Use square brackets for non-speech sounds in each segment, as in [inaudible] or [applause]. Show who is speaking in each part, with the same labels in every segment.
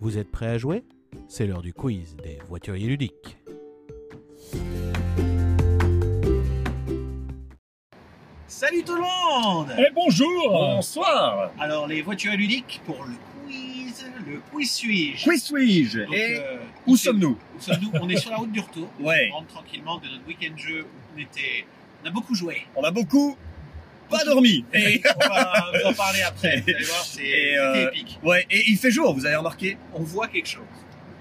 Speaker 1: Vous êtes prêts à jouer C'est l'heure du quiz des voituriers ludiques.
Speaker 2: Salut tout le monde
Speaker 3: Eh bonjour
Speaker 4: Bonsoir
Speaker 2: Alors les voitures ludiques pour le quiz, le quiz suis-je
Speaker 4: Qui suis-je
Speaker 2: Donc,
Speaker 4: Et
Speaker 2: euh,
Speaker 4: où
Speaker 2: c'est-
Speaker 4: sommes-nous
Speaker 2: Où sommes-nous On est sur la route du retour.
Speaker 4: Ouais,
Speaker 2: On rentre tranquillement de notre week-end jeu. On était, on a beaucoup joué.
Speaker 4: on a beaucoup pas dormi.
Speaker 2: Et on va vous en parler après. Vous allez voir, c'est
Speaker 4: Et,
Speaker 2: c'était
Speaker 4: euh,
Speaker 2: épique.
Speaker 4: Ouais, et il fait jour, vous avez remarqué
Speaker 2: On voit quelque chose.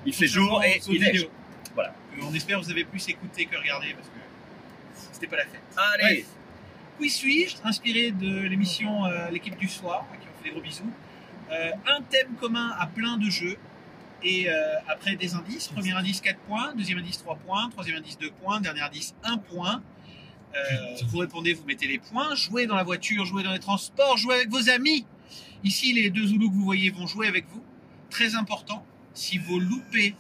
Speaker 4: Il fait jour et
Speaker 2: Sous
Speaker 4: il
Speaker 2: vidéo.
Speaker 4: neige. Voilà.
Speaker 2: Euh, On espère que vous avez plus écouté que regardé parce que c'était pas la fête.
Speaker 4: Allez
Speaker 2: Bref. Qui suis-je Inspiré de l'émission euh, L'équipe du soir, à qui on fait des gros bisous. Euh, un thème commun à plein de jeux. Et euh, après des indices, premier indice 4 points, deuxième indice 3 points, troisième indice 2 points, dernier indice 1 point. Euh, vous répondez, vous mettez les points. Jouez dans la voiture, jouez dans les transports, jouez avec vos amis. Ici, les deux Zoulous que vous voyez vont jouer avec vous. Très important, si vous loupez,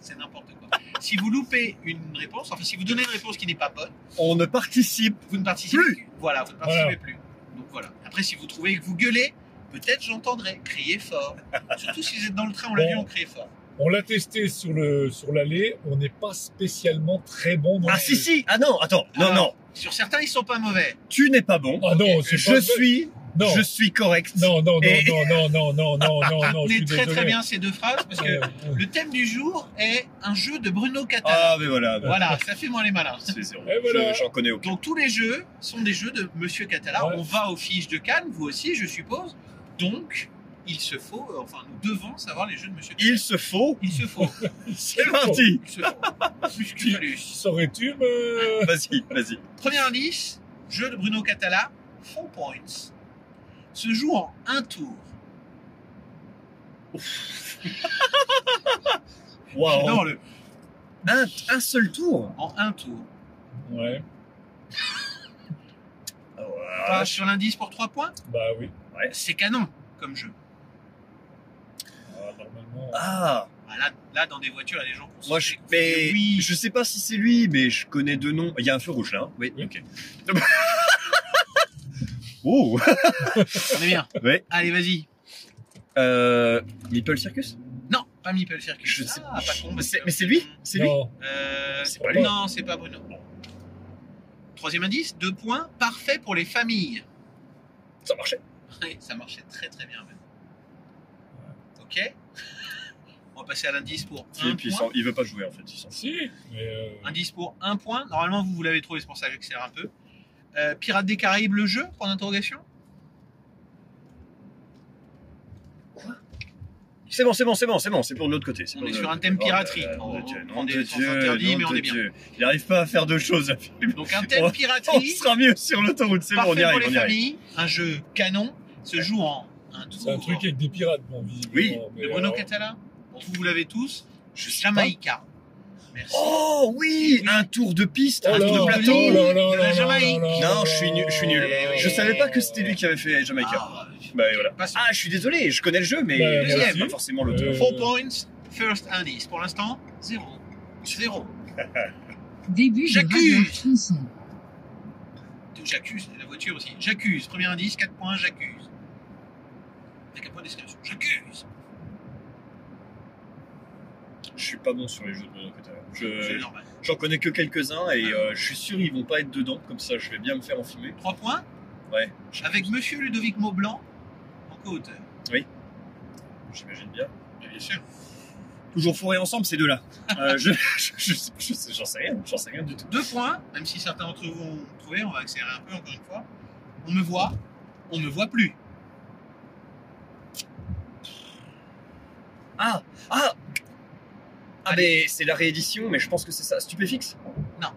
Speaker 2: c'est n'importe quoi, si vous loupez une réponse, enfin si vous donnez une réponse qui n'est pas bonne,
Speaker 4: On ne participe
Speaker 2: vous ne participez
Speaker 4: Plus.
Speaker 2: Voilà, vous ne participez
Speaker 3: Voilà.
Speaker 2: plus. Donc voilà. Après, si vous trouvez que vous gueulez, peut-être j'entendrai. Criez fort. [laughs] Surtout si vous êtes dans le train, on l'a
Speaker 3: Bon.
Speaker 2: vu, on crie fort.
Speaker 3: On l'a testé sur le sur l'allée, on n'est pas spécialement très bon dans
Speaker 4: Ah
Speaker 3: le-
Speaker 4: si si Ah non, attends, non, non,
Speaker 2: Alors, Sur certains, ils sont pas mauvais.
Speaker 4: tu n'es pas bon.
Speaker 3: Ah non, c'est
Speaker 4: Je
Speaker 3: pas-
Speaker 4: suis,
Speaker 3: non.
Speaker 4: je suis correct.
Speaker 3: Non, non, non,
Speaker 4: Et-
Speaker 3: non, non, non, non, non,
Speaker 4: [laughs]
Speaker 3: non, non, je
Speaker 2: Retenez
Speaker 3: suis
Speaker 2: très très
Speaker 3: désolé. [laughs]
Speaker 2: bien ces deux phrases parce que
Speaker 3: Euh,
Speaker 2: le thème du jour est un jeu de Bruno Catala.
Speaker 4: Ah mais voilà, bah,
Speaker 2: Voilà, ça fait moins les malins.
Speaker 4: c'est zéro.
Speaker 3: Et voilà.
Speaker 4: Je- J'en connais aucun.
Speaker 2: Donc tous les jeux sont des jeux de Monsieur Catala.
Speaker 3: Ouais.
Speaker 2: On va aux fiches de Cannes, vous aussi, je suppose. Donc, il se faut, euh, enfin, nous devons savoir les jeux de Monsieur Catala.
Speaker 4: Il se faut,
Speaker 2: [laughs] Il se faut.
Speaker 4: c'est parti
Speaker 2: Il se
Speaker 3: [laughs]
Speaker 2: faut. Plus que plus.
Speaker 3: Saurais-tu me...
Speaker 4: Vas-y, vas-y.
Speaker 2: Premier indice, jeu de Bruno Catala, 4 points. Se joue en un tour.
Speaker 4: Waouh Ah, oh.
Speaker 2: Non, le-
Speaker 4: un, un seul tour
Speaker 2: en un tour.
Speaker 3: Ouais,
Speaker 4: Ah,
Speaker 2: Pas
Speaker 4: ouais.
Speaker 2: sur l'indice pour 3 points,
Speaker 3: bah oui.
Speaker 2: c'est canon comme jeu.
Speaker 3: Ah, normalement...
Speaker 4: Ah
Speaker 2: Ah, Là, là, dans des voitures, il y a des gens qui ont
Speaker 4: Moi, je,
Speaker 2: sauté.
Speaker 4: mais
Speaker 2: Oui.
Speaker 4: je sais pas si c'est lui, mais je connais deux noms. Il y a un feu rouge là. hein Oui,
Speaker 3: Oui.
Speaker 4: ok.
Speaker 2: [laughs]
Speaker 4: oh
Speaker 2: On est bien.
Speaker 4: Ouais.
Speaker 2: Allez, vas-y.
Speaker 4: euh, Meeple Circus
Speaker 2: Non, pas Meeple Circus.
Speaker 4: Je sais
Speaker 2: Ah, pas con,
Speaker 4: Mais
Speaker 2: parce
Speaker 4: c'est
Speaker 2: que-
Speaker 4: mais c'est lui C'est lui
Speaker 3: Non,
Speaker 2: Euh,
Speaker 4: C'est pas lui.
Speaker 2: Non, c'est pas Bruno. Bon. Troisième indice, deux points, parfait pour les familles. [laughs]
Speaker 4: Ça marchait.
Speaker 2: Ouais, ça marchait très très bien même. Ok. [laughs] On va passer à l'indice pour
Speaker 4: Et
Speaker 2: un
Speaker 4: puis il,
Speaker 2: point.
Speaker 4: s'en- il veut pas jouer en fait. Il s'en fout.
Speaker 3: si, mais... euh,
Speaker 2: Indice pour un point. Normalement, vous, vous l'avez trouvé, c'est pour ça que j'accélère un peu. Euh, Pirates des Caraïbes, le jeu Point d'interrogation
Speaker 4: C'est bon, c'est bon, c'est bon, c'est bon. C'est pour de l'autre côté. c'est
Speaker 2: On
Speaker 4: pour
Speaker 2: est
Speaker 4: de
Speaker 2: sur
Speaker 4: l'autre
Speaker 2: un thème
Speaker 4: côté.
Speaker 2: piraterie.
Speaker 4: Oh,
Speaker 2: On-
Speaker 4: nom de Dieu,
Speaker 2: on
Speaker 4: nom
Speaker 2: prend
Speaker 4: de
Speaker 2: des sens
Speaker 4: Dieu,
Speaker 2: interdits,
Speaker 4: nom
Speaker 2: mais on
Speaker 4: de
Speaker 2: est bien.
Speaker 4: Dieu. Il arrive pas à faire deux choses.
Speaker 2: Donc un thème
Speaker 4: On- On
Speaker 2: piraterie,
Speaker 4: sera mieux sur l'autoroute. Oh, C'est bon,
Speaker 2: parfait
Speaker 4: on y arrive.
Speaker 2: pour
Speaker 4: on
Speaker 2: les
Speaker 4: y arrive.
Speaker 2: familles, un jeu canon, se joue en un tour.
Speaker 3: C'est un truc avec des pirates, bon, visiblement. mais
Speaker 2: de Bruno
Speaker 3: alors-
Speaker 2: Catala. Bon, vous, vous l'avez tous.
Speaker 4: Je sais pas.
Speaker 2: Jamaïca. Merci.
Speaker 4: Oh oui, un tour de piste,
Speaker 3: Oh
Speaker 4: un
Speaker 3: là,
Speaker 4: tour de
Speaker 3: oh là
Speaker 4: Ah, plateau.
Speaker 3: là là
Speaker 2: de la
Speaker 3: là
Speaker 2: Jamaïque.
Speaker 3: là là
Speaker 4: Non, je suis nul. Je, suis nul.
Speaker 2: Eh oui.
Speaker 4: je savais pas que c'était lui qui avait fait Jamaica.
Speaker 2: Ah,
Speaker 4: Bah, et voilà.
Speaker 2: passe-
Speaker 4: Ah, je suis désolé, je connais le jeu, mais
Speaker 3: Bah,
Speaker 2: moi
Speaker 4: c'est
Speaker 3: aussi.
Speaker 4: pas forcément l'auteur.
Speaker 3: Euh,
Speaker 2: Four points, first indice. Pour l'instant, zéro. Zéro.
Speaker 5: Début de
Speaker 2: J'accuse.
Speaker 5: radar frisson.
Speaker 2: J'accuse, la voiture aussi. J'accuse. Premier indice, 4 points, j'accuse. Avec un point d'exclamation. J'accuse.
Speaker 4: Je suis pas bon sur les jeux de Bruno Catala.
Speaker 2: C'est
Speaker 4: Je
Speaker 2: normal.
Speaker 4: J'en connais que quelques-uns et euh, je suis sûr ils vont pas être dedans, comme ça je vais bien me faire enfumer.
Speaker 2: 3 points
Speaker 4: Ouais.
Speaker 2: avec Monsieur Ludovic Maublanc en co-auteur.
Speaker 4: J'imagine bien.
Speaker 2: Bien sûr.
Speaker 4: Toujours fourré ensemble ces deux-là. Euh, [laughs] je, je, je, sais- je sais- j'en sais rien, j'en sais rien du tout.
Speaker 2: 2 points, même si certains d'entre vous ont trouvé, on va accélérer un peu encore une fois. On me voit, on me voit plus.
Speaker 4: Ah Ah Ah
Speaker 2: Allez.
Speaker 4: mais c'est la réédition, mais je pense que c'est ça. Stupéfix
Speaker 2: Non.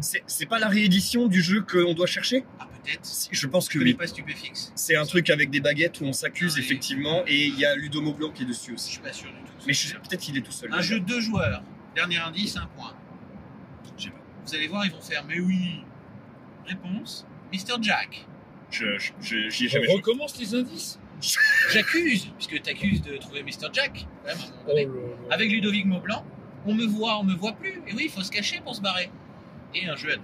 Speaker 4: C'est c'est pas la réédition du jeu qu'on doit chercher
Speaker 2: Ah, peut-être.
Speaker 4: Si, Je pense
Speaker 2: Je
Speaker 4: que
Speaker 2: connais
Speaker 4: oui.
Speaker 2: pas Stupéfix.
Speaker 4: C'est un truc avec des baguettes où on s'accuse
Speaker 2: Ah oui.
Speaker 4: effectivement et il y a Ludo Maublanc qui est dessus
Speaker 2: Je
Speaker 4: aussi.
Speaker 2: suis pas sûr du tout.
Speaker 4: Mais je- peut-être qu'il est tout seul.
Speaker 2: Un jeu de deux joueurs. Dernier indice, un point.
Speaker 4: Je sais pas.
Speaker 2: Vous allez voir, ils vont faire mais oui. Réponse Mr. Jack.
Speaker 4: Je- je- je- J'y ai jamais
Speaker 3: On
Speaker 4: joué.
Speaker 3: recommence les indices
Speaker 2: J'accuse, puisque t'accuses de trouver Mr. Jack. quand même, à un moment
Speaker 3: Oh là
Speaker 2: donné.
Speaker 3: là.
Speaker 2: Avec Ludovic Maublanc, on me voit, on me voit plus. Et oui, il faut se cacher pour se barrer. Et un jeu à deux.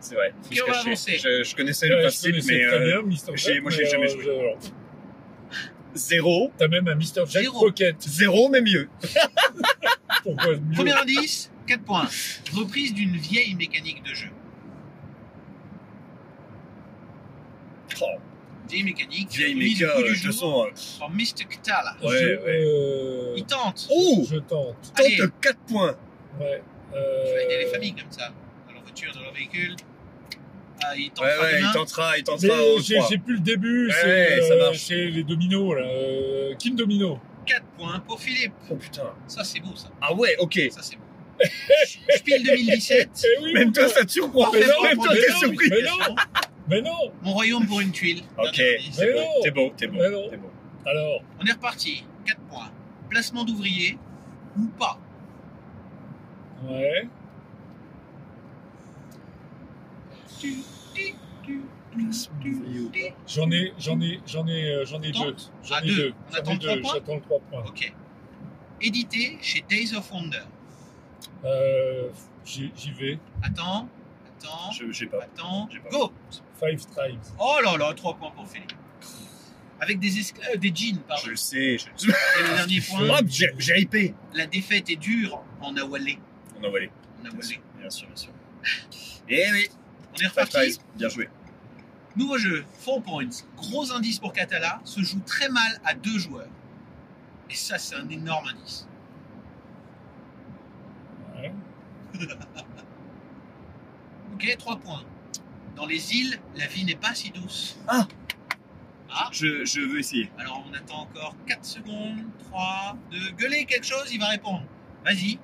Speaker 4: C'est vrai.
Speaker 2: Ok, on va avancer.
Speaker 4: Je, je connaissais
Speaker 3: Ouais,
Speaker 4: le
Speaker 3: je
Speaker 4: principe,
Speaker 3: connaissais
Speaker 4: mais
Speaker 3: très
Speaker 4: euh,
Speaker 3: bien Mr.
Speaker 4: j'ai-
Speaker 3: Jack,
Speaker 4: moi, j'ai
Speaker 3: mais,
Speaker 4: jamais
Speaker 3: euh,
Speaker 4: joué.
Speaker 3: je- alors,
Speaker 4: Zéro.
Speaker 3: T'as même un Mr. Jack
Speaker 2: Zéro.
Speaker 3: Pocket.
Speaker 4: Zéro, mais mieux.
Speaker 2: Ah,
Speaker 3: Pourquoi mieux
Speaker 2: Premier indice, 4 points. Reprise d'une vieille mécanique de jeu.
Speaker 4: Oh,
Speaker 2: Vieille mécanique.
Speaker 4: vieille
Speaker 2: mise au
Speaker 4: méca,
Speaker 2: goût
Speaker 4: euh, de
Speaker 2: du
Speaker 4: toute
Speaker 2: jour
Speaker 4: façon. euh,
Speaker 2: par Mr. Ktala.
Speaker 4: Ouais,
Speaker 3: je,
Speaker 4: ouais.
Speaker 3: euh,
Speaker 2: Il tente.
Speaker 4: Oh
Speaker 3: je tente.
Speaker 2: Allez.
Speaker 4: Tente 4 points.
Speaker 3: Ouais.
Speaker 2: Je vais aider
Speaker 3: Euh,
Speaker 2: les familles comme ça. Dans leur voiture, dans leur véhicule. Ah, il tente
Speaker 4: Ouais,
Speaker 2: pas
Speaker 4: ouais, il
Speaker 2: demain.
Speaker 4: tentera, il
Speaker 3: mais
Speaker 4: tentera. au
Speaker 3: j'ai
Speaker 4: trois.
Speaker 3: j'ai plus le début,
Speaker 4: Ouais,
Speaker 3: c'est
Speaker 4: ça marche.
Speaker 3: chez les dominos là. Euh, Kim Domino.
Speaker 2: 4 points pour Philippe.
Speaker 4: Oh putain.
Speaker 2: Ça, c'est beau, ça.
Speaker 4: Ah ouais, ok.
Speaker 2: Ça, c'est beau.
Speaker 4: [laughs]
Speaker 2: Spiel 2017.
Speaker 3: Eh oui,
Speaker 4: Même
Speaker 3: mon
Speaker 4: toi,
Speaker 3: gars.
Speaker 4: ça te surprend.
Speaker 3: mais non,
Speaker 4: Même toi, t'es
Speaker 3: mais non,
Speaker 4: surpris.
Speaker 3: mais non, mais non,
Speaker 2: Mon royaume pour une tuile.
Speaker 4: Ok.
Speaker 2: Dernier indice.
Speaker 3: mais non.
Speaker 4: T'es beau, t'es beau.
Speaker 3: Mais non.
Speaker 4: t'es beau.
Speaker 3: Alors,
Speaker 2: On est reparti. 4 points. Placement d'ouvriers ou pas.
Speaker 3: ouais. J'en ai, j'en ai, j'en ai, euh, j'en ai
Speaker 2: Attends.
Speaker 3: deux. J'en
Speaker 2: Ah,
Speaker 3: ai
Speaker 2: deux.
Speaker 3: deux.
Speaker 2: On
Speaker 3: J'en
Speaker 2: attend
Speaker 3: ai
Speaker 2: le trois
Speaker 3: deux.
Speaker 2: points
Speaker 3: J'attends le 3 points.
Speaker 2: Ok. Édité chez Days of Wonder.
Speaker 3: Euh, J'y j'y vais.
Speaker 2: Attends, attends,
Speaker 4: Je sais pas.
Speaker 2: attends.
Speaker 4: j'ai pas.
Speaker 2: Go
Speaker 3: Five Tribes.
Speaker 2: Oh là là, 3 points pour Philippe. Avec des, esclaves, des jeans, pardon.
Speaker 4: Je le sais. Je... le sais.
Speaker 2: Et le dernier point,
Speaker 4: Hop, j'ai j'ai hypé.
Speaker 2: la défaite est dure en Awalé.
Speaker 4: On envoie les.
Speaker 2: En
Speaker 4: Bien sûr,
Speaker 2: Awalé.
Speaker 4: bien sûr. bien sûr. Eh oui.
Speaker 2: On est
Speaker 4: Five
Speaker 2: reparti.
Speaker 4: Eyes, Bien joué.
Speaker 2: Nouveau jeu, Four Points. Gros indice pour Catala, se joue très mal à deux joueurs. Et ça, c'est un énorme indice.
Speaker 3: Ouais.
Speaker 2: [laughs] Ok, 3 points. Dans les îles, la vie n'est pas si douce.
Speaker 4: Je, je veux essayer.
Speaker 2: Alors on attend encore 4 secondes, 3, 2, gueulez quelque chose, il va répondre. Vas-y.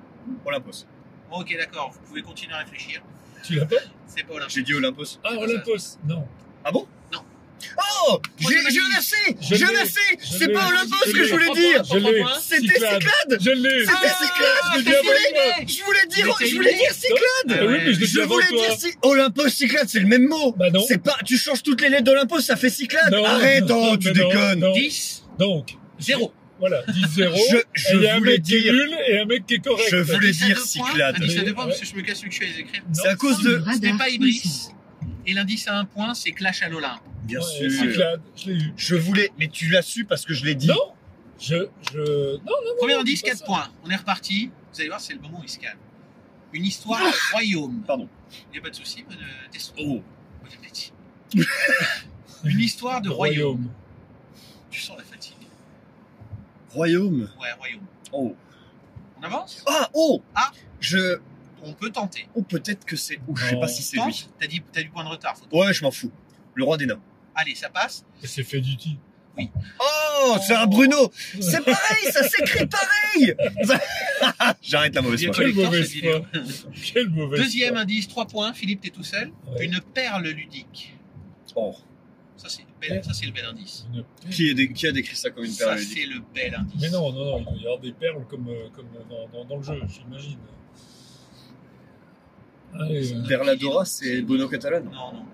Speaker 4: Olympos.
Speaker 2: Ok, d'accord, vous pouvez continuer à réfléchir.
Speaker 3: Tu l'as pas
Speaker 2: C'est pas Olympique.
Speaker 4: J'ai dit Olympos.
Speaker 3: Ah, Olympos. Non.
Speaker 4: Ah bon
Speaker 2: Non.
Speaker 4: Oh J'ai
Speaker 2: Moi, je l'ai
Speaker 4: je
Speaker 2: dit.
Speaker 4: la sais
Speaker 3: Je
Speaker 4: Je
Speaker 3: l'ai.
Speaker 4: la sais
Speaker 3: Je
Speaker 4: C'est
Speaker 3: l'ai.
Speaker 4: pas Olympos
Speaker 3: Je
Speaker 4: que je voulais
Speaker 2: l'ai.
Speaker 4: dire
Speaker 3: Je l'ai.
Speaker 2: Trois points.
Speaker 4: C'était
Speaker 3: Cyclade.
Speaker 4: Cyclade
Speaker 3: Je l'ai. Ah,
Speaker 4: C'était Cyclade
Speaker 3: je
Speaker 4: Je
Speaker 3: l'ai
Speaker 2: Ah,
Speaker 4: voulais-
Speaker 5: aidé.
Speaker 4: je voulais dire
Speaker 2: Mais t'as
Speaker 4: Je voulais
Speaker 2: aidé.
Speaker 4: dire Cyclade
Speaker 3: Ah oui, mais je l'ai dit
Speaker 4: Je
Speaker 3: avant
Speaker 4: voulais
Speaker 3: toi.
Speaker 4: dire Cy- Olympos, Cyclade, c'est le même mot
Speaker 3: Bah non.
Speaker 4: C'est pas... Tu changes toutes les lettres d'Olympos, ça fait Cyclade
Speaker 3: Non.
Speaker 4: Arrête, oh,
Speaker 3: Non,
Speaker 4: tu
Speaker 3: mais non,
Speaker 4: déconnes
Speaker 3: non.
Speaker 2: 10,
Speaker 3: Donc,
Speaker 2: 0.
Speaker 3: voilà, 10-0.
Speaker 4: Je, je
Speaker 3: Et il y a un
Speaker 4: voulais
Speaker 3: mec qui est
Speaker 4: dire...
Speaker 3: nul et un mec qui est correct.
Speaker 4: Je
Speaker 2: Bah,
Speaker 4: voulais dire
Speaker 2: Cyclade.
Speaker 4: Cyclade.
Speaker 2: L'indice à
Speaker 3: Mais-
Speaker 2: 2 points
Speaker 3: ouais.
Speaker 2: parce que je me casse le cul à les écrire.
Speaker 4: C'est à cause de...
Speaker 2: Ce n'est pas Ibris. Et l'indice à 1 point, c'est Clash à l'Olympe.
Speaker 4: Bien
Speaker 3: Ouais,
Speaker 4: sûr
Speaker 3: Cyclade, je l'ai eu.
Speaker 4: Je voulais... Mais tu l'as su parce que je l'ai dit.
Speaker 3: Non, je, je, non, non, non.
Speaker 2: Premier
Speaker 3: non,
Speaker 2: indice,
Speaker 3: c'est pas
Speaker 2: 4
Speaker 3: ça.
Speaker 2: points. On est reparti. Vous allez voir, c'est le moment où il se calme. Une histoire de royaume.
Speaker 4: Pardon.
Speaker 2: Il n'y a pas de souci, bonne euh, descente.
Speaker 4: Oh
Speaker 2: Bon appétit. [laughs] Une histoire de royaume. Tu sens la fatigue.
Speaker 4: Royaume
Speaker 2: Ouais, royaume.
Speaker 4: Oh
Speaker 2: On avance
Speaker 4: Ah Oh
Speaker 2: Ah.
Speaker 4: Je...
Speaker 2: On peut tenter.
Speaker 4: Oh, peut-être que c'est... Ouh, je sais
Speaker 3: Non.
Speaker 4: pas si c'est lui.
Speaker 2: Tente. T'as dit- t'as du point de retard. Faut...
Speaker 4: Ouais, je m'en fous. Le roi des nains.
Speaker 2: Allez, ça passe.
Speaker 3: Et C'est fait du ti.
Speaker 4: Oh, c'est un Bruno C'est pareil, ça s'écrit pareil [laughs] J'arrête la mauvaise
Speaker 2: Bien
Speaker 4: foi.
Speaker 2: joué.
Speaker 3: Quelle
Speaker 2: collector, ce
Speaker 3: mauvaise foi. Quelle mauvaise
Speaker 2: Deuxième
Speaker 3: foi.
Speaker 2: indice, 3 points. Philippe, t'es tout seul.
Speaker 3: Ouais.
Speaker 2: Une perle ludique.
Speaker 4: Oh.
Speaker 2: Ça, c'est le bel- ça, c'est le bel indice.
Speaker 3: Une-
Speaker 4: Qui, est dé- qui a décrit ça comme une
Speaker 2: Ça,
Speaker 4: perle
Speaker 2: c'est le bel indice.
Speaker 3: Mais non, non, non, il doit y avoir des perles comme, euh, comme dans, dans, dans le jeu, j'imagine. Allez, euh.
Speaker 4: Perladora, c'est Bono Catalan
Speaker 2: Non, non.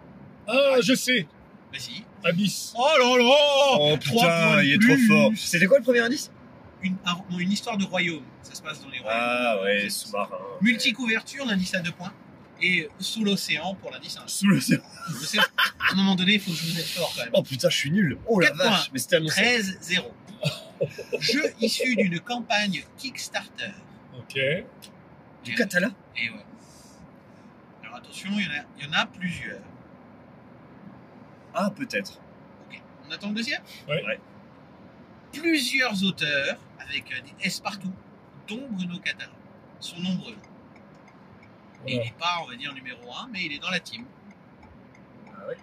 Speaker 3: Ah, je sais,
Speaker 2: Vas-y.
Speaker 3: Abyss.
Speaker 2: Oh là là
Speaker 4: Oh
Speaker 2: Trois points
Speaker 4: putain,
Speaker 2: de
Speaker 4: il est
Speaker 2: plus.
Speaker 4: trop fort. C'était quoi le premier indice
Speaker 2: une, un- non, une histoire de royaume. Ça se passe dans les royaumes.
Speaker 4: Ah ouais, sous-marin.
Speaker 2: Multicouverture, l'indice à 2 points. Et sous l'océan pour l'indice à 1.
Speaker 4: Sous l'océan.
Speaker 2: À un moment donné, il faut que je vous aide fort quand même.
Speaker 4: Oh putain, je suis nul. Oh la
Speaker 2: Quatre points.
Speaker 4: vache, mais c'était annoncé.
Speaker 2: 13-0. Jeu issu d'une campagne Kickstarter.
Speaker 3: Ok.
Speaker 4: Du Catala
Speaker 2: Et ouais. Alors attention, il y, en a, il y en a plusieurs.
Speaker 4: Ah, peut-être.
Speaker 2: Ok. On attend le deuxième
Speaker 3: Ouais.
Speaker 4: Ouais.
Speaker 2: Plusieurs auteurs, avec euh, des S partout, dont Bruno Catalan, sont nombreux. Et il
Speaker 3: Voilà.
Speaker 2: n'est pas, on va dire, numéro 1, mais il est dans la team.
Speaker 4: Ah ouais.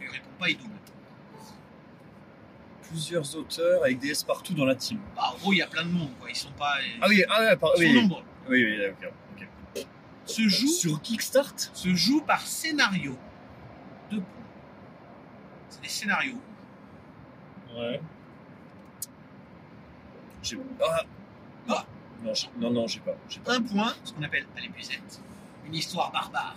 Speaker 2: Il répond pas, il double.
Speaker 4: Plusieurs auteurs avec des S partout dans la team.
Speaker 2: Bah, en gros, il y a plein de monde, quoi. Ils sont pas. euh,
Speaker 4: Ah oui, ah ouais, par-
Speaker 2: ils sont
Speaker 4: oui. Oui,
Speaker 2: nombreux.
Speaker 4: oui, d'accord. ok.
Speaker 2: Se joue,
Speaker 4: Sur Kickstart
Speaker 2: se joue par scénario. Deux points. C'est des scénarios.
Speaker 3: Ouais.
Speaker 4: J'ai ah.
Speaker 2: Ah.
Speaker 4: Non, j'ai- non, non, j'ai pas. J'ai pas.
Speaker 2: Un point, ce qu'on appelle à l'épuisette, une histoire barbare.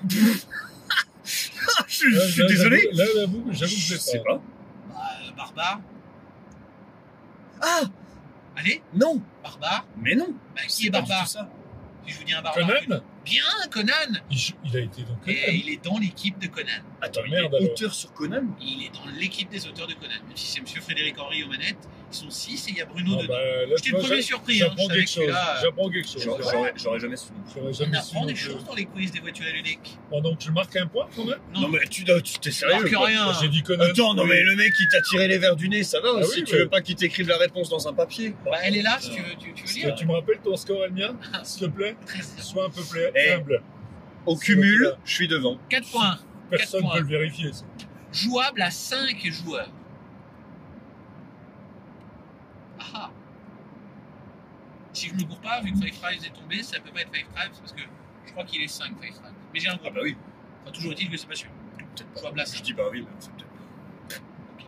Speaker 4: Ah, je,
Speaker 3: Là,
Speaker 4: je suis
Speaker 3: là,
Speaker 4: désolé.
Speaker 3: j'avoue- Là, j'avoue, j'avoue que
Speaker 4: Je
Speaker 3: je
Speaker 4: sais
Speaker 3: l'ai pas.
Speaker 4: pas.
Speaker 2: Bah, euh, barbare.
Speaker 4: Ah
Speaker 2: Allez,
Speaker 4: non,
Speaker 2: barbare.
Speaker 4: mais non.
Speaker 2: Bah, qui
Speaker 4: C'est
Speaker 2: est
Speaker 4: pas du
Speaker 2: barbare
Speaker 4: tout ça.
Speaker 2: Si je vous dis un barbare.
Speaker 3: Conan
Speaker 2: bien, Conan
Speaker 3: Il, jou- il a été donc.
Speaker 2: Et il est dans l'équipe de Conan.
Speaker 4: Attends, il
Speaker 3: Merde,
Speaker 4: est
Speaker 3: alors.
Speaker 4: auteur sur Conan
Speaker 2: Il est dans l'équipe des auteurs de Conan. Même si c'est Monsieur Frédéric Henry aux manettes, ils sont six et il y a
Speaker 3: Ah,
Speaker 2: Bruno dedans.
Speaker 3: bah, là,
Speaker 2: J'étais
Speaker 3: tu
Speaker 2: le
Speaker 3: vois,
Speaker 2: premier
Speaker 3: j'a-
Speaker 2: surpris. Hein. Je
Speaker 3: J'apprends
Speaker 2: savais que
Speaker 3: quelque chose.
Speaker 2: là,
Speaker 3: J'apprends quelque chose.
Speaker 4: J'aurais- J'aurais j'aurais jamais su.
Speaker 3: J'aurais
Speaker 2: on
Speaker 3: jamais su.
Speaker 2: apprend
Speaker 3: non
Speaker 2: des
Speaker 3: plus.
Speaker 2: choses dans les quiz des voitures à l'unique.
Speaker 3: Ah, donc tu marques un point quand même
Speaker 4: Non, mais tu dois- tu- t'es sérieux
Speaker 2: marque
Speaker 4: quoi.
Speaker 2: rien.
Speaker 3: J'ai dit Conan.
Speaker 4: Attends, non mais le mec qui t'a tiré les verres du nez, ça va
Speaker 3: Ah
Speaker 4: aussi.
Speaker 3: oui,
Speaker 4: tu
Speaker 3: mais-
Speaker 4: veux pas qu'il t'écrive la réponse dans un papier
Speaker 2: Bah, elle est là, si tu veux, tu, tu veux
Speaker 3: Euh,
Speaker 2: lire.
Speaker 3: Tu me rappelles ton score et le mien S'il te plaît Sois un peu pla-
Speaker 4: Eh.
Speaker 3: humble.
Speaker 4: Au
Speaker 3: C'est
Speaker 4: cumul,
Speaker 3: vrai.
Speaker 4: je suis devant.
Speaker 2: 4 points.
Speaker 3: Personne
Speaker 2: Quatre
Speaker 3: ne peut le vérifier. ça.
Speaker 2: Jouable à 5 joueurs. Ah ah. Si je ne cours pas, vu que Five Fives est tombé, ça peut pas être Five Fives parce que je crois qu'il est 5 Five Fives. Mais j'ai un
Speaker 4: Ah
Speaker 2: groupe.
Speaker 4: bah oui,
Speaker 2: Enfin, toujours est-il que c'est pas sûr.
Speaker 4: peut-être pas.
Speaker 2: Jouable à
Speaker 4: Je
Speaker 2: 5.
Speaker 4: dis bah oui, mais c'est peut-être pas.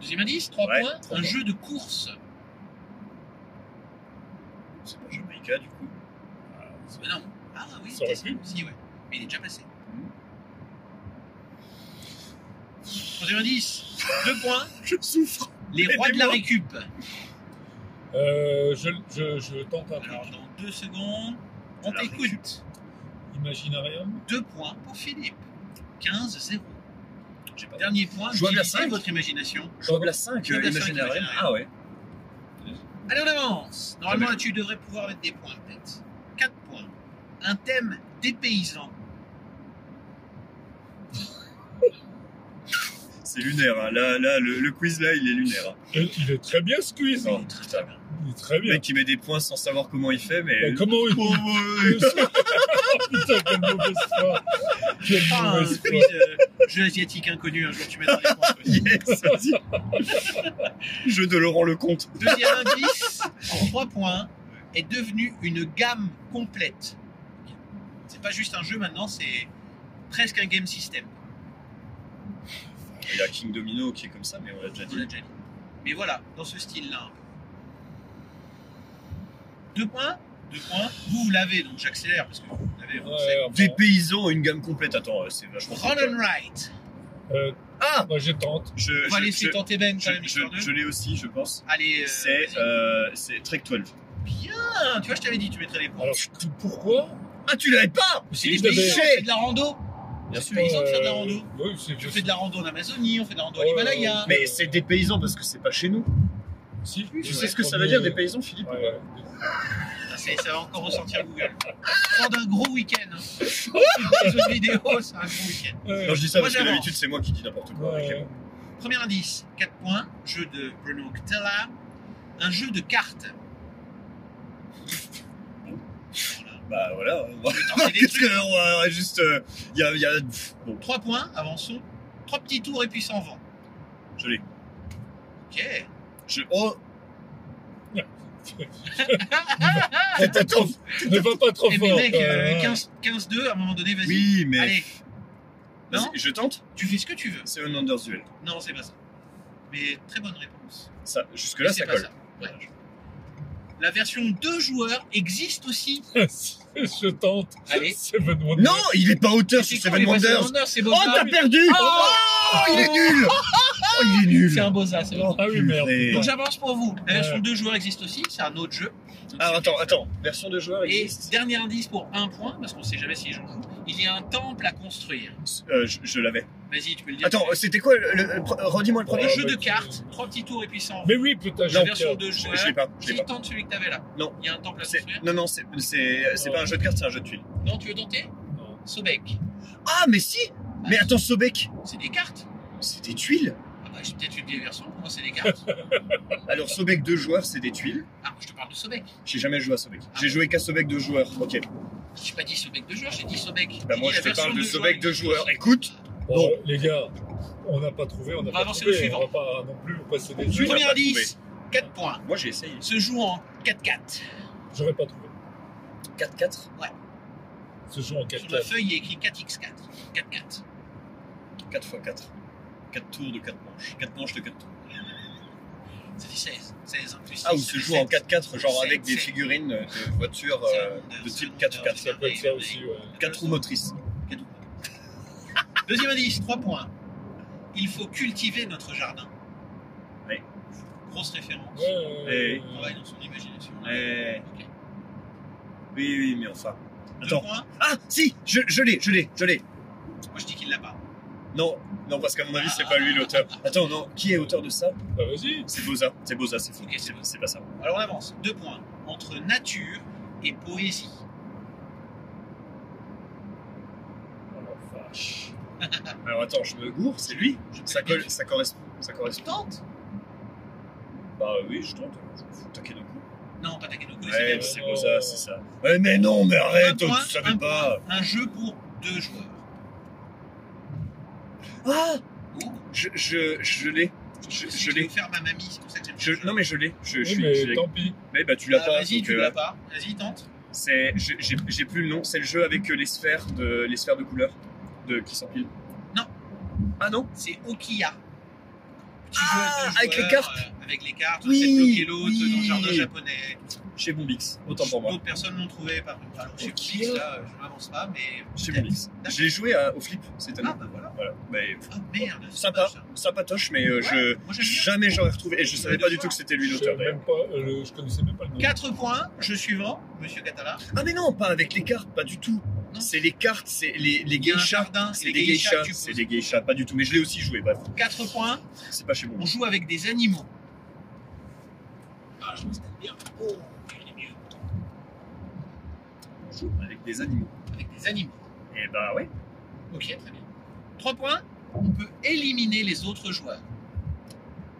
Speaker 2: Deuxième indice, 3
Speaker 4: Ouais,
Speaker 2: points.
Speaker 4: trois
Speaker 2: un
Speaker 4: points.
Speaker 2: jeu de course.
Speaker 4: C'est pas Jamaica du coup.
Speaker 2: Mais non. Ah oui,
Speaker 3: Ça aurait
Speaker 2: peut-être.
Speaker 3: pu.
Speaker 2: Si, ouais. Mais il est déjà passé.
Speaker 4: Mhm.
Speaker 2: Troisième
Speaker 4: [laughs]
Speaker 2: indice, 2 points.
Speaker 4: [laughs] Je souffre.
Speaker 2: Les rois de la récup.
Speaker 3: Euh, je, je, je tente un
Speaker 2: Alors,
Speaker 3: truc.
Speaker 2: dans 2 secondes, on
Speaker 4: Alors,
Speaker 2: t'écoute.
Speaker 3: Imaginarium
Speaker 2: 2 points pour Philippe. 15-0.
Speaker 4: J'ai pas.
Speaker 2: Dernier point,
Speaker 4: Bah, Jouable à
Speaker 2: utilisez
Speaker 4: cinq.
Speaker 2: votre imagination.
Speaker 4: Jouable à 5,
Speaker 2: Jouable à cinq,
Speaker 4: Imaginarium.
Speaker 2: Imaginarium.
Speaker 4: Ah ouais.
Speaker 2: Allez, on avance. Normalement,
Speaker 4: Ah, mais
Speaker 2: là, tu devrais pouvoir mettre des points, peut-être. 4 points. Un thème des paysans.
Speaker 4: C'est lunaire. hein. Là, là, le, le quiz là, il est lunaire. hein.
Speaker 3: Et Il est très bien ce quiz.
Speaker 4: Non,
Speaker 2: Très,
Speaker 4: putain.
Speaker 2: très bien.
Speaker 3: Il est très
Speaker 4: Le
Speaker 3: bien.
Speaker 4: mec qui met des points sans savoir comment il fait, mais.
Speaker 3: Mais comment il
Speaker 4: Oh,
Speaker 3: Oh,
Speaker 4: ouais.
Speaker 3: [laughs] Putain, quelle mauvaise foi. Quelle
Speaker 2: Ah, un
Speaker 3: mauvaise foi.
Speaker 2: quiz, euh, jeu asiatique inconnu, un jour tu mettras des points.
Speaker 4: [laughs]
Speaker 2: aussi.
Speaker 4: [laughs] Yes, vas-y. [laughs] Jeu de Laurent Lecomte.
Speaker 2: Deuxième indice, en 3 points, est devenu une gamme complète. C'est pas juste un jeu maintenant, c'est presque un game system.
Speaker 4: Il y a King Domino qui est comme ça, mais on l'a déjà
Speaker 2: On l'a
Speaker 4: dit.
Speaker 2: déjà dit. Mais voilà, dans ce style-là. un peu. Deux points Deux points. Vous, vous l'avez, donc j'accélère parce que vous l'avez. on le sait.
Speaker 3: Ouais,
Speaker 4: Des
Speaker 3: enfin,
Speaker 4: paysans et une gamme complète. Attends, euh, c'est vachement.
Speaker 2: Run and right.
Speaker 3: euh,
Speaker 4: Ah
Speaker 3: moi, je tente.
Speaker 4: je,
Speaker 2: On va
Speaker 4: je-
Speaker 2: laisser
Speaker 4: je-
Speaker 2: tenter Ben
Speaker 4: je,
Speaker 2: quand même,
Speaker 4: je-
Speaker 2: histoire de.
Speaker 4: je l'ai aussi, je pense.
Speaker 2: Allez, euh,
Speaker 4: C'est
Speaker 2: vas-y.
Speaker 4: euh, c'est Trek 12.
Speaker 2: Ah, tu vois, je t'avais dit, tu mettrais les points.
Speaker 3: Alors, tu- pourquoi
Speaker 4: Ah, tu l'avais pas
Speaker 2: C'est
Speaker 3: Si,
Speaker 2: des
Speaker 3: je l'avais.
Speaker 2: paysans, c'est de la rando.
Speaker 4: Bien
Speaker 2: C'est
Speaker 4: sûr.
Speaker 2: des paysans de faire de la
Speaker 3: Euh,
Speaker 2: rando.
Speaker 3: Oui, c'est
Speaker 2: On fait de la rando en Amazonie, on fait de la rando à l'Himalaya.
Speaker 4: Ah, Mais c'est des paysans parce que c'est pas chez nous.
Speaker 3: Si,
Speaker 4: Tu sais ce que ça veut dire des paysans, Philippe
Speaker 3: Ouais, ouais.
Speaker 2: Ça, c'est- ça va encore ressortir Google. Prendre un gros week-end. hein. Les jeux de vidéo, c'est un gros week-end.
Speaker 3: Ouais.
Speaker 4: Non, je dis ça
Speaker 2: Moi,
Speaker 4: parce que
Speaker 2: j'avance.
Speaker 4: d'habitude, c'est moi qui dis
Speaker 3: Euh,
Speaker 4: n'importe quoi. avec les
Speaker 3: Ouais.
Speaker 4: mots.
Speaker 2: Premier indice, 4 points, jeu de Bruno Ctella, un jeu de cartes.
Speaker 4: Bah voilà. on va-
Speaker 2: Attends, c'est des
Speaker 4: Qu'est-ce
Speaker 2: trucs.
Speaker 4: que- on va- on va juste. euh, Il y a. il y a- pff, Bon,
Speaker 2: 3 points, avançons. 3 petits tours et puis s'en vent.
Speaker 4: je l'ai.
Speaker 2: Ok.
Speaker 4: Je...
Speaker 2: [laughs]
Speaker 4: Oh
Speaker 3: Ne va trop- ne va pas trop
Speaker 2: Eh mais
Speaker 3: fort.
Speaker 2: mec, euh,
Speaker 3: Ouais.
Speaker 2: 15 15-2, à un moment donné, vas-y.
Speaker 4: Oui, mais.
Speaker 2: Allez,
Speaker 4: Vas-y,
Speaker 2: non
Speaker 4: je tente.
Speaker 2: tu fais ce que tu veux.
Speaker 4: C'est un Anders Duel.
Speaker 2: Non, c'est pas ça. Mais très bonne réponse.
Speaker 4: Ça, jusque-là,
Speaker 2: Mais c'est
Speaker 4: ça
Speaker 2: pas
Speaker 4: colle.
Speaker 2: ça. Ouais. La version 2 joueurs existe aussi.
Speaker 3: [laughs] je tente.
Speaker 2: Allez.
Speaker 3: Seven Wonders.
Speaker 4: Non, il est pas auteur
Speaker 2: C'est
Speaker 4: sur
Speaker 2: quoi, les
Speaker 4: Seven Wonders.
Speaker 2: Wonders, c'est
Speaker 4: Oh,
Speaker 2: Boza.
Speaker 4: t'as perdu
Speaker 2: Oh,
Speaker 4: Oh, il est nul Oh, il est nul
Speaker 2: c'est un Boza, c'est bon.
Speaker 3: Ah oui, merde.
Speaker 4: Purée.
Speaker 2: Donc j'avance pour vous. La version
Speaker 3: Ouais.
Speaker 2: 2 joueurs existe aussi, c'est un autre jeu.
Speaker 4: Ah, attends, attends. Version de joueur
Speaker 2: Et
Speaker 4: existe.
Speaker 2: dernier indice pour un point, parce qu'on sait jamais si j'en joue, il y a un temple à construire.
Speaker 4: Euh, je je l'avais.
Speaker 2: Vas-y, tu peux le dire.
Speaker 4: Attends, euh, c'était quoi le, le- le- pre- Redis-moi le
Speaker 2: un
Speaker 4: premier.
Speaker 2: jeu
Speaker 3: bah,
Speaker 2: de
Speaker 3: tu-
Speaker 2: cartes, trois petits tours et puis 100.
Speaker 3: Mais oui, putain,
Speaker 2: la
Speaker 3: j'ai
Speaker 2: version 2
Speaker 4: Je
Speaker 2: joueurs.
Speaker 4: je l'ai pas, je
Speaker 2: Si
Speaker 4: l'ai
Speaker 2: je
Speaker 4: pas.
Speaker 2: tente celui que t'avais là.
Speaker 4: Non.
Speaker 2: Il y a un temple à
Speaker 4: C'est-
Speaker 2: construire.
Speaker 4: Non, non, c'est c'est- c'est
Speaker 3: Non.
Speaker 4: pas un jeu de cartes, c'est un jeu de tuiles.
Speaker 2: Non, tu veux tenter
Speaker 3: Non.
Speaker 2: Sobek.
Speaker 4: Ah, mais si Mais attends, Sobek,
Speaker 2: C'est des cartes
Speaker 4: c'est des tuiles
Speaker 2: ah bah, J'ai peut-être une des versions, pour moi c'est des
Speaker 4: [laughs]
Speaker 2: cartes.
Speaker 4: Alors, Sobek deux joueurs, c'est des tuiles.
Speaker 2: ah, moi je te parle de Sobek.
Speaker 4: J'ai jamais joué à Sobek.
Speaker 2: Ah.
Speaker 4: J'ai joué qu'à Sobek deux joueurs. Ok.
Speaker 2: J'ai pas dit Sobek de joueur, j'ai dit Sobek.
Speaker 4: Bah,
Speaker 2: J'ai
Speaker 4: moi,
Speaker 2: dit la
Speaker 4: je te
Speaker 2: version
Speaker 4: parle de
Speaker 2: deux
Speaker 4: Sobek deux
Speaker 2: joueurs.
Speaker 4: joueurs. Écoute
Speaker 3: Bon,
Speaker 4: Bon.
Speaker 3: les gars, on n'a pas trouvé, on n'a
Speaker 2: On va
Speaker 3: pas
Speaker 2: avancer
Speaker 3: trouvé.
Speaker 2: au
Speaker 3: On va pas non plus passer des
Speaker 4: Tu
Speaker 3: jeux.
Speaker 4: l'as
Speaker 2: Premier
Speaker 4: pas
Speaker 2: indice, 4 points.
Speaker 4: Moi, j'ai essayé.
Speaker 2: Se joue en 4-4.
Speaker 3: J'aurais pas trouvé.
Speaker 4: 4-4
Speaker 3: Ce jeu
Speaker 2: Sur
Speaker 3: en
Speaker 2: la
Speaker 3: 4
Speaker 2: feuille, il y a écrit 4x4. 4-4.
Speaker 4: 4 x 4. 4 tours de 4 manches. 4 manches de 4 tours.
Speaker 2: Ça fait 16. 16 en plus.
Speaker 4: Ah, ou
Speaker 2: six, ça
Speaker 4: se
Speaker 2: fait
Speaker 4: joue en
Speaker 2: sept.
Speaker 4: 4-4, genre
Speaker 2: Sept,
Speaker 4: avec des
Speaker 2: sept.
Speaker 4: figurines de voitures
Speaker 2: C'est
Speaker 4: euh,
Speaker 2: un Wonder,
Speaker 4: de
Speaker 2: c'est un
Speaker 4: type
Speaker 2: Wonder,
Speaker 4: 4-4.
Speaker 2: c'est
Speaker 3: Ça peut être ça aussi, ouais.
Speaker 4: 4 roues motrices.
Speaker 2: Deuxième indice, 3 points. Il faut cultiver notre jardin.
Speaker 4: Oui.
Speaker 2: Grosse référence.
Speaker 3: Ouais, ouais,
Speaker 4: Et-
Speaker 3: ouais.
Speaker 2: On travaille dans son imagination.
Speaker 4: Ouais.
Speaker 2: Ok.
Speaker 4: Oui, oui, mais enfin.
Speaker 2: Deux
Speaker 4: Attends.
Speaker 2: points.
Speaker 4: Ah, si, je, je l'ai, je l'ai, je l'ai.
Speaker 2: Moi, je dis qu'il l'a pas.
Speaker 4: Non, non, parce qu'à mon avis, c'est pas lui l'auteur. Attends, non, qui est auteur de ça
Speaker 3: Bah vas-y.
Speaker 4: C'est Boza, c'est Boza, c'est faux.
Speaker 2: Ok, c'est
Speaker 4: C'est c'est pas ça.
Speaker 2: Alors, on avance. Deux points. Entre nature et poésie.
Speaker 3: Oh la vache.
Speaker 4: Alors attends, je me gourre, c'est lui ça, colle- ça correspond. Ça correspond.
Speaker 2: Tente
Speaker 4: Bah oui, je tente. Je me fous, taquer d'un coup.
Speaker 2: Non, pas Takenoko.
Speaker 4: Ouais,
Speaker 2: c'est
Speaker 4: c'est Oh. Boza, c'est ça. Ouais, mais non, mais
Speaker 2: un
Speaker 4: arrête, tu
Speaker 2: point,
Speaker 4: savais
Speaker 2: un
Speaker 4: pas.
Speaker 2: point. Un jeu pour deux joueurs.
Speaker 4: Ah
Speaker 2: Oh,
Speaker 4: Je, je, je l'ai. Je, je l'ai.
Speaker 2: faire ma mamie, c'est pour ça que j'aime
Speaker 4: Je-
Speaker 2: ce jeu.
Speaker 4: non mais je l'ai. Je, je
Speaker 3: Oui,
Speaker 4: suis. je
Speaker 3: mais
Speaker 4: l'ai.
Speaker 3: tant pis.
Speaker 4: mais bah tu l'as
Speaker 2: Ah,
Speaker 4: pas.
Speaker 2: Vas-y,
Speaker 4: donc,
Speaker 2: tu
Speaker 4: euh,
Speaker 2: l'as pas. Vas-y, tente.
Speaker 4: C'est, je- j'ai, j'ai plus le nom. C'est le jeu avec euh, les sphères de, les sphères de couleurs de qui s'empilent.
Speaker 2: Non.
Speaker 4: Ah non.
Speaker 2: C'est Okiya. Petit
Speaker 4: Ah,
Speaker 2: jeu à deux
Speaker 4: avec
Speaker 2: joueurs,
Speaker 4: les cartes.
Speaker 2: euh, Avec les cartes, on
Speaker 4: Oui,
Speaker 2: fait bloquer l'autre
Speaker 4: oui.
Speaker 2: dans le jardin japonais.
Speaker 4: Chez Bombix. Autant pour moi.
Speaker 2: D'autres personnes l'ont trouvé par Alors, chez
Speaker 4: Okiya.
Speaker 2: Flix, là, euh, je n'avance pas, mais.
Speaker 4: Chez Bombix. J'ai joué à- au flip cette année.
Speaker 2: Ah, bah voilà.
Speaker 4: Voilà. Mais, pff,
Speaker 2: Ah, merde. c'est
Speaker 4: Sympa.
Speaker 2: dommage, ça.
Speaker 4: sympatoche, mais euh, je
Speaker 2: Moi, j'aime bien.
Speaker 4: jamais j'aurais retrouvé. Et je savais pas du tout que c'était lui
Speaker 3: Je, savais
Speaker 4: l'auteur. d'ailleurs.
Speaker 3: même pas, euh, le- je connaissais même pas le nom.
Speaker 2: 4 points, jeu suivant, monsieur Catala.
Speaker 4: Ah mais non, pas avec les cartes, pas du tout.
Speaker 2: Non.
Speaker 4: C'est les cartes, c'est les, les
Speaker 2: Il y a un
Speaker 4: geishas.
Speaker 2: jardin,
Speaker 4: C'est des geishas, c'est des geishas, pas du tout. Mais je l'ai aussi joué, bref.
Speaker 2: 4 points,
Speaker 4: C'est pas chez moi.
Speaker 2: on joue avec des animaux.
Speaker 4: Ah, je me style bien. Oh, il est mieux. On joue avec des animaux.
Speaker 2: Avec des animaux.
Speaker 4: Et bah ouais.
Speaker 2: Ok, très bien. 3 points, on peut éliminer les autres joueurs.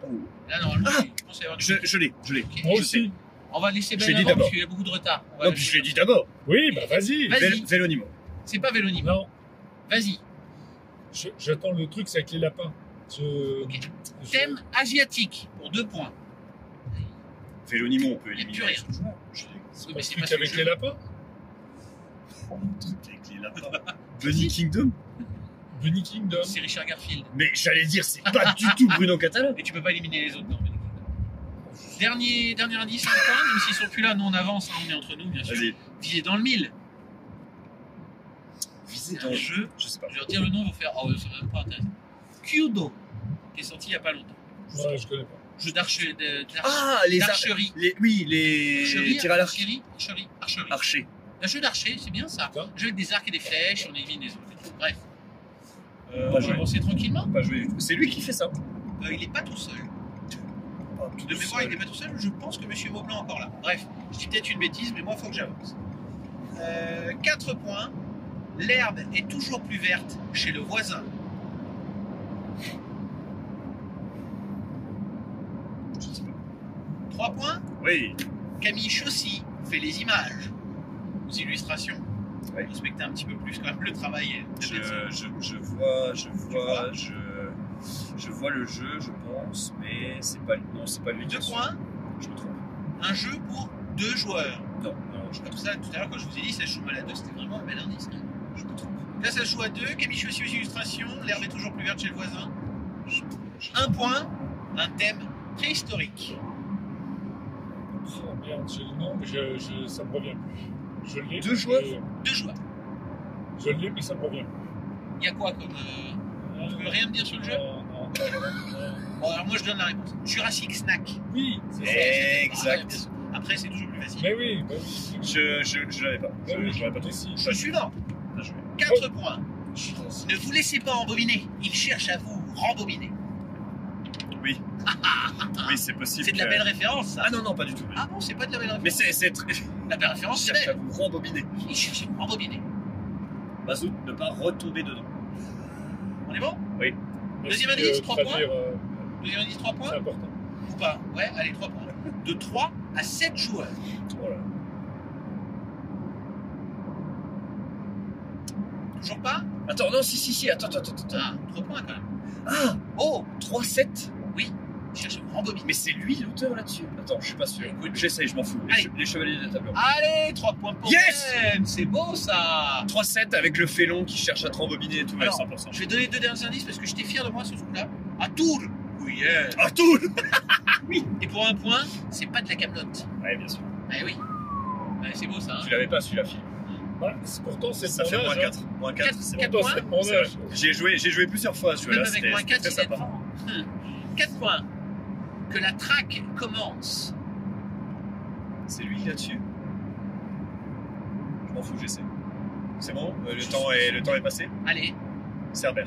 Speaker 4: Oh.
Speaker 2: Là, normalement,
Speaker 4: Ah
Speaker 2: je pense qu'il va y avoir du-
Speaker 4: Je, je l'ai, je l'ai.
Speaker 2: Ok.
Speaker 3: Moi
Speaker 4: je
Speaker 3: aussi.
Speaker 2: On va laisser
Speaker 4: Je
Speaker 2: Ben
Speaker 4: l'ai dit
Speaker 2: avant parce
Speaker 4: d'abord.
Speaker 2: qu'il y a beaucoup de retard. On va
Speaker 4: Non,
Speaker 2: laisser-
Speaker 4: puis je l'ai dit d'abord.
Speaker 3: Oui, bah vas-y.
Speaker 2: Vas-y.
Speaker 4: Vél- Vélonimo.
Speaker 2: C'est pas Vélonimo.
Speaker 3: Non,
Speaker 2: Vas-y.
Speaker 3: je- j'attends le truc, c'est avec les lapins. Je,
Speaker 2: Ok.
Speaker 3: je-
Speaker 2: Thème asiatique pour 2 points.
Speaker 4: Vélonimo, on
Speaker 2: Il y
Speaker 4: peut
Speaker 2: a
Speaker 4: éliminer.
Speaker 2: plus rien.
Speaker 4: les joueurs. Je l'ai.
Speaker 2: Oui,
Speaker 3: Le
Speaker 2: mais c'est
Speaker 3: truc
Speaker 2: pas
Speaker 3: avec les
Speaker 2: celui-là.
Speaker 3: lapins.
Speaker 4: Oh, le truc avec les
Speaker 2: [laughs]
Speaker 4: lapins. Bunny Kingdom
Speaker 3: Bunny Kingdom.
Speaker 2: C'est Richard Garfield.
Speaker 4: Mais j'allais dire, c'est pas du tout Bruno Catalan.
Speaker 2: Et tu peux pas éliminer les autres. Non, mais... Dernier, dernier indice, un point, même s'ils sont plus là, nous on avance, hein, on est entre nous, bien sûr.
Speaker 4: Vas-y.
Speaker 2: Viser dans le mille.
Speaker 4: Visez
Speaker 2: Un
Speaker 4: dans.
Speaker 2: jeu,
Speaker 4: Je sais pas.
Speaker 2: je vais dire le nom, ils vont faire, oh, ça va même pas intéressant. Kyudo, qui est sorti il y a pas longtemps.
Speaker 3: Ouais, je connais pas.
Speaker 2: Jeu d'arche- de- d'arche-
Speaker 4: Ah, les archers.
Speaker 2: d'archerie.
Speaker 4: Les, oui, les
Speaker 2: Archerie,
Speaker 4: tirs à l'arc. Ah.
Speaker 2: archerie, archerie, archerie.
Speaker 4: Archer.
Speaker 2: Un jeu d'archer, c'est bien ça.
Speaker 3: D'accord.
Speaker 2: Un jeu avec des arcs et des flèches, on élimine les autres. et tout. Bref. Euh,
Speaker 4: Pas
Speaker 2: on va
Speaker 4: joué.
Speaker 2: avancer tranquillement.
Speaker 4: Pas joué du tout. C'est lui qui fait ça.
Speaker 2: Euh, il est pas tout seul.
Speaker 4: Ah, tout
Speaker 2: De mémoire,
Speaker 4: seul.
Speaker 2: il n'est pas tout seul. Je pense que Monsieur Beaublanc est encore là. Bref, je dis peut-être une bêtise, mais moi, il faut que j'avance. 4 points. L'herbe est toujours plus verte chez le voisin.
Speaker 4: Je sais pas.
Speaker 2: 3 points.
Speaker 4: Oui.
Speaker 2: Camille Chaussy fait les images, aux illustrations.
Speaker 4: Ouais.
Speaker 2: Respectez un petit peu plus quand même le travail. de la
Speaker 4: Je,
Speaker 2: personne.
Speaker 4: je, je vois, je vois, je, je vois le jeu, je pense, mais c'est pas lui. Non, c'est pas lui.
Speaker 2: Deux
Speaker 4: bien sûr.
Speaker 2: points.
Speaker 4: Je me trompe.
Speaker 2: Un jeu pour deux joueurs.
Speaker 4: Non, non, je,
Speaker 2: Comme ça, tout à l'heure, quand je vous ai dit, ça se joue mal à deux, c'était vraiment un bel indice. hein.
Speaker 4: je me trompe.
Speaker 2: Là, ça se joue à deux. Camille Chaussy aux illustrations. L'herbe est toujours plus verte chez le voisin.
Speaker 4: Je, je-
Speaker 2: Un point. Un thème préhistorique.
Speaker 3: Oh merde, j'ai le nom, mais je, je, ça me revient plus. Je l'ai. Euh,
Speaker 4: Deux
Speaker 3: mais-
Speaker 4: joueurs
Speaker 2: Deux joueurs.
Speaker 3: Je l'ai, mais ça me revient plus.
Speaker 2: Il y a quoi comme. euh, Tu peux
Speaker 3: Euh,
Speaker 2: rien me dire sur le jeu
Speaker 3: non, non, non.
Speaker 2: Bon, alors moi je donne la réponse. Jurassic Snack.
Speaker 3: Oui, c'est ça.
Speaker 4: Exact.
Speaker 2: Après, c'est toujours plus facile.
Speaker 3: Mais oui, bah oui.
Speaker 4: Je, je, je l'avais pas.
Speaker 3: Bah
Speaker 4: Je,
Speaker 3: oui,
Speaker 4: je l'avais pas tout.
Speaker 3: si.
Speaker 2: Je suis suivant.
Speaker 4: Bien joué.
Speaker 2: 4 points.
Speaker 3: Putain, c'est-
Speaker 2: Ne vous laissez pas embobiner. Il cherche à vous rembobiner.
Speaker 4: Oui, c'est possible.
Speaker 2: C'est de la
Speaker 4: que-
Speaker 2: belle référence, ça.
Speaker 4: Ah non, non, pas du tout.
Speaker 2: Ah bon, c'est pas de la belle référence.
Speaker 4: Mais c'est, c'est très. [laughs]
Speaker 2: La belle référence, c'est
Speaker 4: Cherche à
Speaker 2: belle.
Speaker 4: vous rembobiner.
Speaker 2: Il cherche à vous rembobiner.
Speaker 4: Mazout, ne pas retomber dedans.
Speaker 2: On est bon Deuxième
Speaker 3: Merci,
Speaker 2: indice,
Speaker 3: euh,
Speaker 2: trois
Speaker 3: traduire, euh,
Speaker 2: Deuxième indice, 3
Speaker 3: C'est
Speaker 2: points
Speaker 3: important.
Speaker 2: ou pas Ouais, allez, 3 points. De 3 à 7 joueurs.
Speaker 4: Voilà.
Speaker 2: Toujours pas
Speaker 4: Attends, non, si, si, si. Attends, attends, attends. attends.
Speaker 2: Ah, 3 points quand même.
Speaker 4: Ah,
Speaker 2: Oh
Speaker 4: 3-7.
Speaker 2: Il cherche à vous rembobiner.
Speaker 4: Mais c'est lui l'auteur là-dessus. Attends, je suis pas sûr.
Speaker 2: Écoute.
Speaker 4: J'essaye, je m'en fous. Les,
Speaker 2: Allez.
Speaker 4: che- les chevaliers de la table. ronde.
Speaker 2: Allez, 3 points pour
Speaker 4: Yes
Speaker 2: Ben. C'est beau ça
Speaker 4: 3-7 avec le félon qui cherche à te rembobiner et tout, ouais,
Speaker 2: Alors,
Speaker 4: 100%.
Speaker 2: Je vais donner deux derniers indices parce que j'étais fier de moi sur ce coup-là. À Tours Oui, yeah.
Speaker 4: Ah, tout
Speaker 2: Et pour un point, c'est pas de la camelote.
Speaker 4: Ouais, bien sûr.
Speaker 2: Ah oui. Ouais, c'est beau ça. Hein
Speaker 4: Tu l'avais pas, celui-là, Phil.
Speaker 3: Voilà, Bah, c'est- pourtant, c'est
Speaker 4: Ça
Speaker 3: mon
Speaker 4: fait
Speaker 3: âge,
Speaker 4: moins
Speaker 3: hein.
Speaker 4: 4. Moins 4,
Speaker 2: Quatre-
Speaker 4: c'est
Speaker 2: quatre
Speaker 4: bon.
Speaker 3: Pourtant, c'est
Speaker 2: points.
Speaker 3: mon
Speaker 4: C'est
Speaker 3: âge.
Speaker 4: J'ai joué, j'ai joué plusieurs fois,
Speaker 2: Même
Speaker 4: celui-là.
Speaker 2: avec
Speaker 4: C'était
Speaker 2: moins
Speaker 4: c'était
Speaker 2: 4,
Speaker 4: très
Speaker 2: il est
Speaker 4: sympa.
Speaker 2: devant. 4 Hum. points. Que la traque commence.
Speaker 4: C'est lui là-dessus. Je m'en fous, j'essaie. C'est bon Euh, Le temps est, le temps est passé
Speaker 2: Allez.
Speaker 4: Cerber.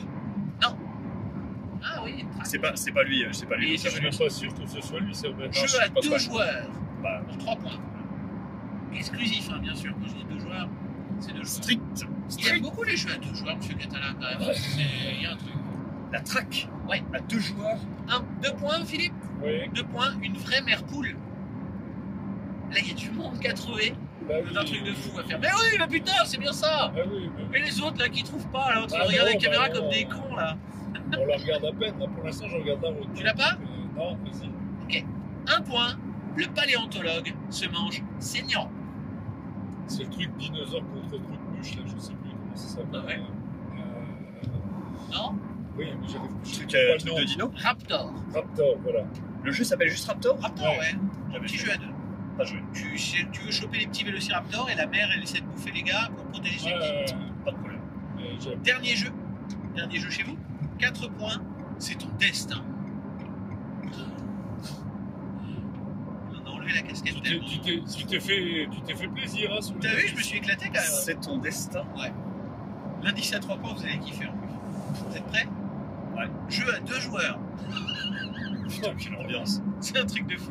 Speaker 2: Ah oui, traque.
Speaker 4: C'est pas, c'est pas lui, euh, c'est pas lui.
Speaker 2: Et
Speaker 4: c'est
Speaker 3: Je
Speaker 4: pas
Speaker 3: suis
Speaker 4: lui.
Speaker 3: même pas sûr que ce soit lui, c'est vrai.
Speaker 4: je
Speaker 2: Jeu à
Speaker 4: pense
Speaker 2: deux
Speaker 4: pas.
Speaker 2: joueurs
Speaker 4: Bah,
Speaker 2: pour 3 points. Exclusif, hein, bien sûr. Quand je dis deux joueurs, c'est deux joueurs.
Speaker 4: strict.
Speaker 2: Il aime
Speaker 4: Strict.
Speaker 2: beaucoup les jeux à deux joueurs, monsieur Catalan, quand même. C'est- Il y a un truc.
Speaker 4: La traque.
Speaker 2: Ouais.
Speaker 4: À deux joueurs.
Speaker 2: Un, deux points, Philippe
Speaker 3: Oui,
Speaker 2: Deux points, une vraie mère poule. Là, il y a du monde qu'à trouver.
Speaker 3: bah oui.
Speaker 2: C'est un truc de fou à faire. Mais oui, mais putain, c'est bien ça
Speaker 3: Ah oui, mais
Speaker 2: Et les autres, là, qui trouvent pas, là, en train
Speaker 3: Ah
Speaker 2: de regarder
Speaker 3: non,
Speaker 2: la caméra
Speaker 3: bah non.
Speaker 2: comme des cons, là.
Speaker 3: on la regarde à peine. là. Pour l'instant, je regarde la route.
Speaker 2: Tu l'as pas
Speaker 3: Euh, Non, vas-y.
Speaker 2: Un point, le paléontologue se mange saignant.
Speaker 3: C'est le truc dinosaure contre le truc mouche, là, je sais plus comment ça s'appelle.
Speaker 2: Ah ouais.
Speaker 3: Euh,
Speaker 2: Non
Speaker 3: oui, mais j'arrive je sais
Speaker 4: Truc,
Speaker 3: pas
Speaker 4: euh,
Speaker 3: le
Speaker 4: truc
Speaker 3: nom.
Speaker 4: de dino.
Speaker 2: Raptor.
Speaker 3: Raptor, voilà.
Speaker 4: Le jeu s'appelle juste Raptor
Speaker 2: Raptor, ouais.
Speaker 3: Ouais.
Speaker 2: Un
Speaker 4: J'avais
Speaker 2: petit
Speaker 4: fait.
Speaker 2: jeu à deux.
Speaker 4: pas joué.
Speaker 2: Tu, sais- tu veux choper les petits vélociraptors et la mère, elle essaie de bouffer les gars pour protéger ses petits.
Speaker 3: Euh,
Speaker 4: Pas de problème.
Speaker 3: mais j'ai-
Speaker 2: Dernier jeu. Dernier jeu chez vous. 4 points. C'est ton hein. destin. On a enlevé la casquette
Speaker 3: tu t'es-
Speaker 2: tellement.
Speaker 3: tu t'es- tu t'es fait, tu t'es fait plaisir, hein, sur le-
Speaker 2: T'as vu, je me suis éclaté
Speaker 4: Euh,
Speaker 2: quand même.
Speaker 4: C'est ton destin.
Speaker 2: L'indice à 3 points, vous allez kiffer en plus. Vous êtes prêts
Speaker 4: Ouais.
Speaker 2: Jeu à deux joueurs. [laughs]
Speaker 4: Putain, quelle ambiance.
Speaker 2: C'est un truc de fou.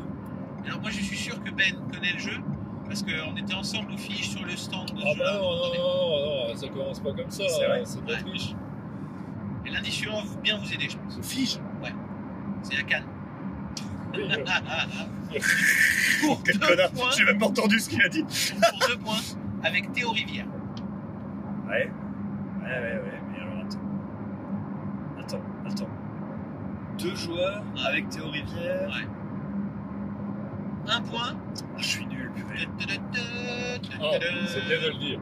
Speaker 2: Alors moi, je suis sûr que Ben connaît le jeu. Parce qu'on était ensemble aux fiches sur le stand de ce
Speaker 3: Ah bah
Speaker 2: jeu-là.
Speaker 3: non, non, non, non, ça commence pas comme ça. hein,
Speaker 4: C'est vrai.
Speaker 3: C'est de la
Speaker 2: Ouais.
Speaker 4: [laughs]
Speaker 3: triche.
Speaker 2: Et l'indice suivant va bien vous aider, je pense.
Speaker 4: Se fige.
Speaker 2: C'est la canne.
Speaker 3: Oui, euh,
Speaker 2: pour
Speaker 4: Quel
Speaker 2: deux
Speaker 4: connard.
Speaker 2: points,
Speaker 4: J'ai même pas entendu ce qu'il a dit.
Speaker 2: pour deux points, avec Théo Rivière.
Speaker 4: Ouais. Ouais, ouais, ouais. Mais alors attends. Attends, attends. Deux joueurs avec Théo Rivière.
Speaker 2: Ouais. Un point.
Speaker 4: Ah, je suis nul, purée.
Speaker 3: ah, c'est bien de le dire.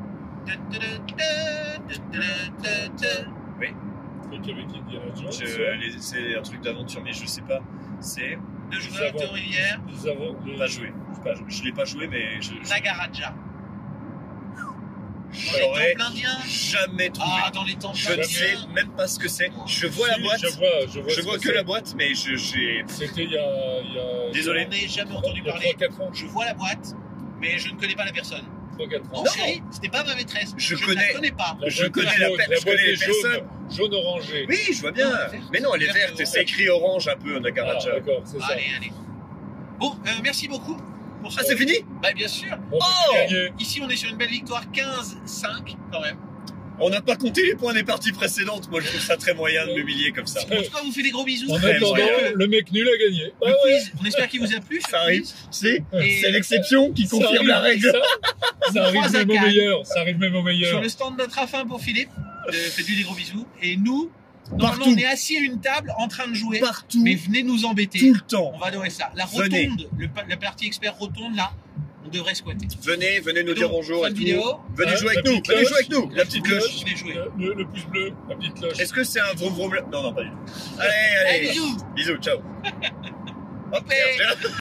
Speaker 3: Truc avec Indiana Jones.
Speaker 4: Je- les- Euh, C'est un truc d'aventure, mais je sais pas. C'est.
Speaker 2: Deux joueurs, Théo Rivière,
Speaker 3: Nous avons le-
Speaker 4: Pas joué. Je sais pas, je- Je l'ai pas joué, mais je. je-
Speaker 2: Nagaraja. Dans les
Speaker 4: J'aurais
Speaker 2: temples indiens.
Speaker 4: jamais trouvé.
Speaker 2: Ah, dans les temples
Speaker 4: je ne sais
Speaker 2: indiens.
Speaker 4: même pas ce que c'est. Je vois
Speaker 3: Si,
Speaker 4: la boîte.
Speaker 3: Je vois, je vois,
Speaker 4: Oh, Je
Speaker 3: ce
Speaker 4: vois que
Speaker 3: c'est.
Speaker 4: la boîte, mais je j'ai.
Speaker 3: C'était il y a. il y a-
Speaker 4: Désolé.
Speaker 2: Je n'ai jamais
Speaker 3: Il
Speaker 2: entendu
Speaker 3: y a
Speaker 2: parler.
Speaker 3: 3-4 ans.
Speaker 2: Je vois la boîte, mais je ne connais pas la personne.
Speaker 3: 3-4 ans.
Speaker 2: Non,
Speaker 4: Non.
Speaker 2: chérie, c'était pas ma maîtresse.
Speaker 4: Je
Speaker 2: ne la
Speaker 4: connais-
Speaker 2: connais pas.
Speaker 3: La
Speaker 4: je
Speaker 3: boîte
Speaker 4: connais
Speaker 3: est
Speaker 4: la
Speaker 3: jaune,
Speaker 4: per- je
Speaker 3: boîte
Speaker 4: connais
Speaker 3: est
Speaker 4: les
Speaker 3: jaune, jaune orangé.
Speaker 4: Oui, je vois bien.
Speaker 2: Non, elle est verte.
Speaker 4: mais non, elle est
Speaker 2: Verte,
Speaker 4: verte.
Speaker 2: ouais.
Speaker 4: C'est écrit orange un peu,
Speaker 3: Ah,
Speaker 4: Nagaraja.
Speaker 3: d'accord, c'est ça.
Speaker 2: Allez, allez. Bon, euh, merci beaucoup pour
Speaker 4: Ah,
Speaker 2: ça.
Speaker 4: c'est fini
Speaker 2: Bah, bien sûr.
Speaker 3: Bon, bah,
Speaker 4: Oh
Speaker 3: c'est gagné.
Speaker 2: Ici, on est sur une belle victoire, 15-5 quand même.
Speaker 4: On n'a pas compté les points des parties précédentes. Moi, je trouve ça très moyen de m'humilier comme ça.
Speaker 2: En tout cas, on vous fait des gros bisous.
Speaker 3: En
Speaker 4: Très
Speaker 3: attendant,
Speaker 4: moyen.
Speaker 3: le mec nul a gagné.
Speaker 2: Le
Speaker 3: Bah ouais,
Speaker 2: quiz, on espère qu'il vous a plu. ce
Speaker 4: Ça arrive.
Speaker 2: quiz.
Speaker 4: C'est
Speaker 2: Et euh,
Speaker 4: c'est l'exception qui
Speaker 3: ça
Speaker 4: confirme
Speaker 3: arrive,
Speaker 4: la règle.
Speaker 3: ça- Ça
Speaker 2: Trois
Speaker 3: arrive même au
Speaker 2: à quatre.
Speaker 3: meilleur. Ça arrive même au
Speaker 2: sur
Speaker 3: meilleur.
Speaker 2: le stand d'Atrafin pour Philippe, euh, faites-lui des gros bisous. Et nous, normalement,
Speaker 4: Partout,
Speaker 2: on est assis à une table en train de jouer.
Speaker 4: partout,
Speaker 2: Mais venez nous embêter.
Speaker 4: tout le temps.
Speaker 2: On va adorer ça. La rotonde,
Speaker 4: Venez.
Speaker 2: le pa- la partie expert rotonde, là, on devrait squatter.
Speaker 4: Venez, venez nous
Speaker 2: Donc,
Speaker 4: dire bonjour
Speaker 2: fin
Speaker 4: et
Speaker 2: de
Speaker 4: tout.
Speaker 2: vidéo.
Speaker 4: Venez
Speaker 3: Hein,
Speaker 4: jouer
Speaker 3: la
Speaker 4: avec nous.
Speaker 3: petite
Speaker 4: Venez
Speaker 3: cloche.
Speaker 4: jouer avec nous. La petite cloche.
Speaker 2: Venez jouer.
Speaker 3: Le, le- le pouce bleu, la petite cloche.
Speaker 4: Est-ce que c'est un vroom vroom là- Non, non, pas du tout. Allez,
Speaker 2: Allez,
Speaker 4: allez.
Speaker 2: bisous.
Speaker 4: Bisous, ciao. Hop,
Speaker 2: Hey.
Speaker 4: merde.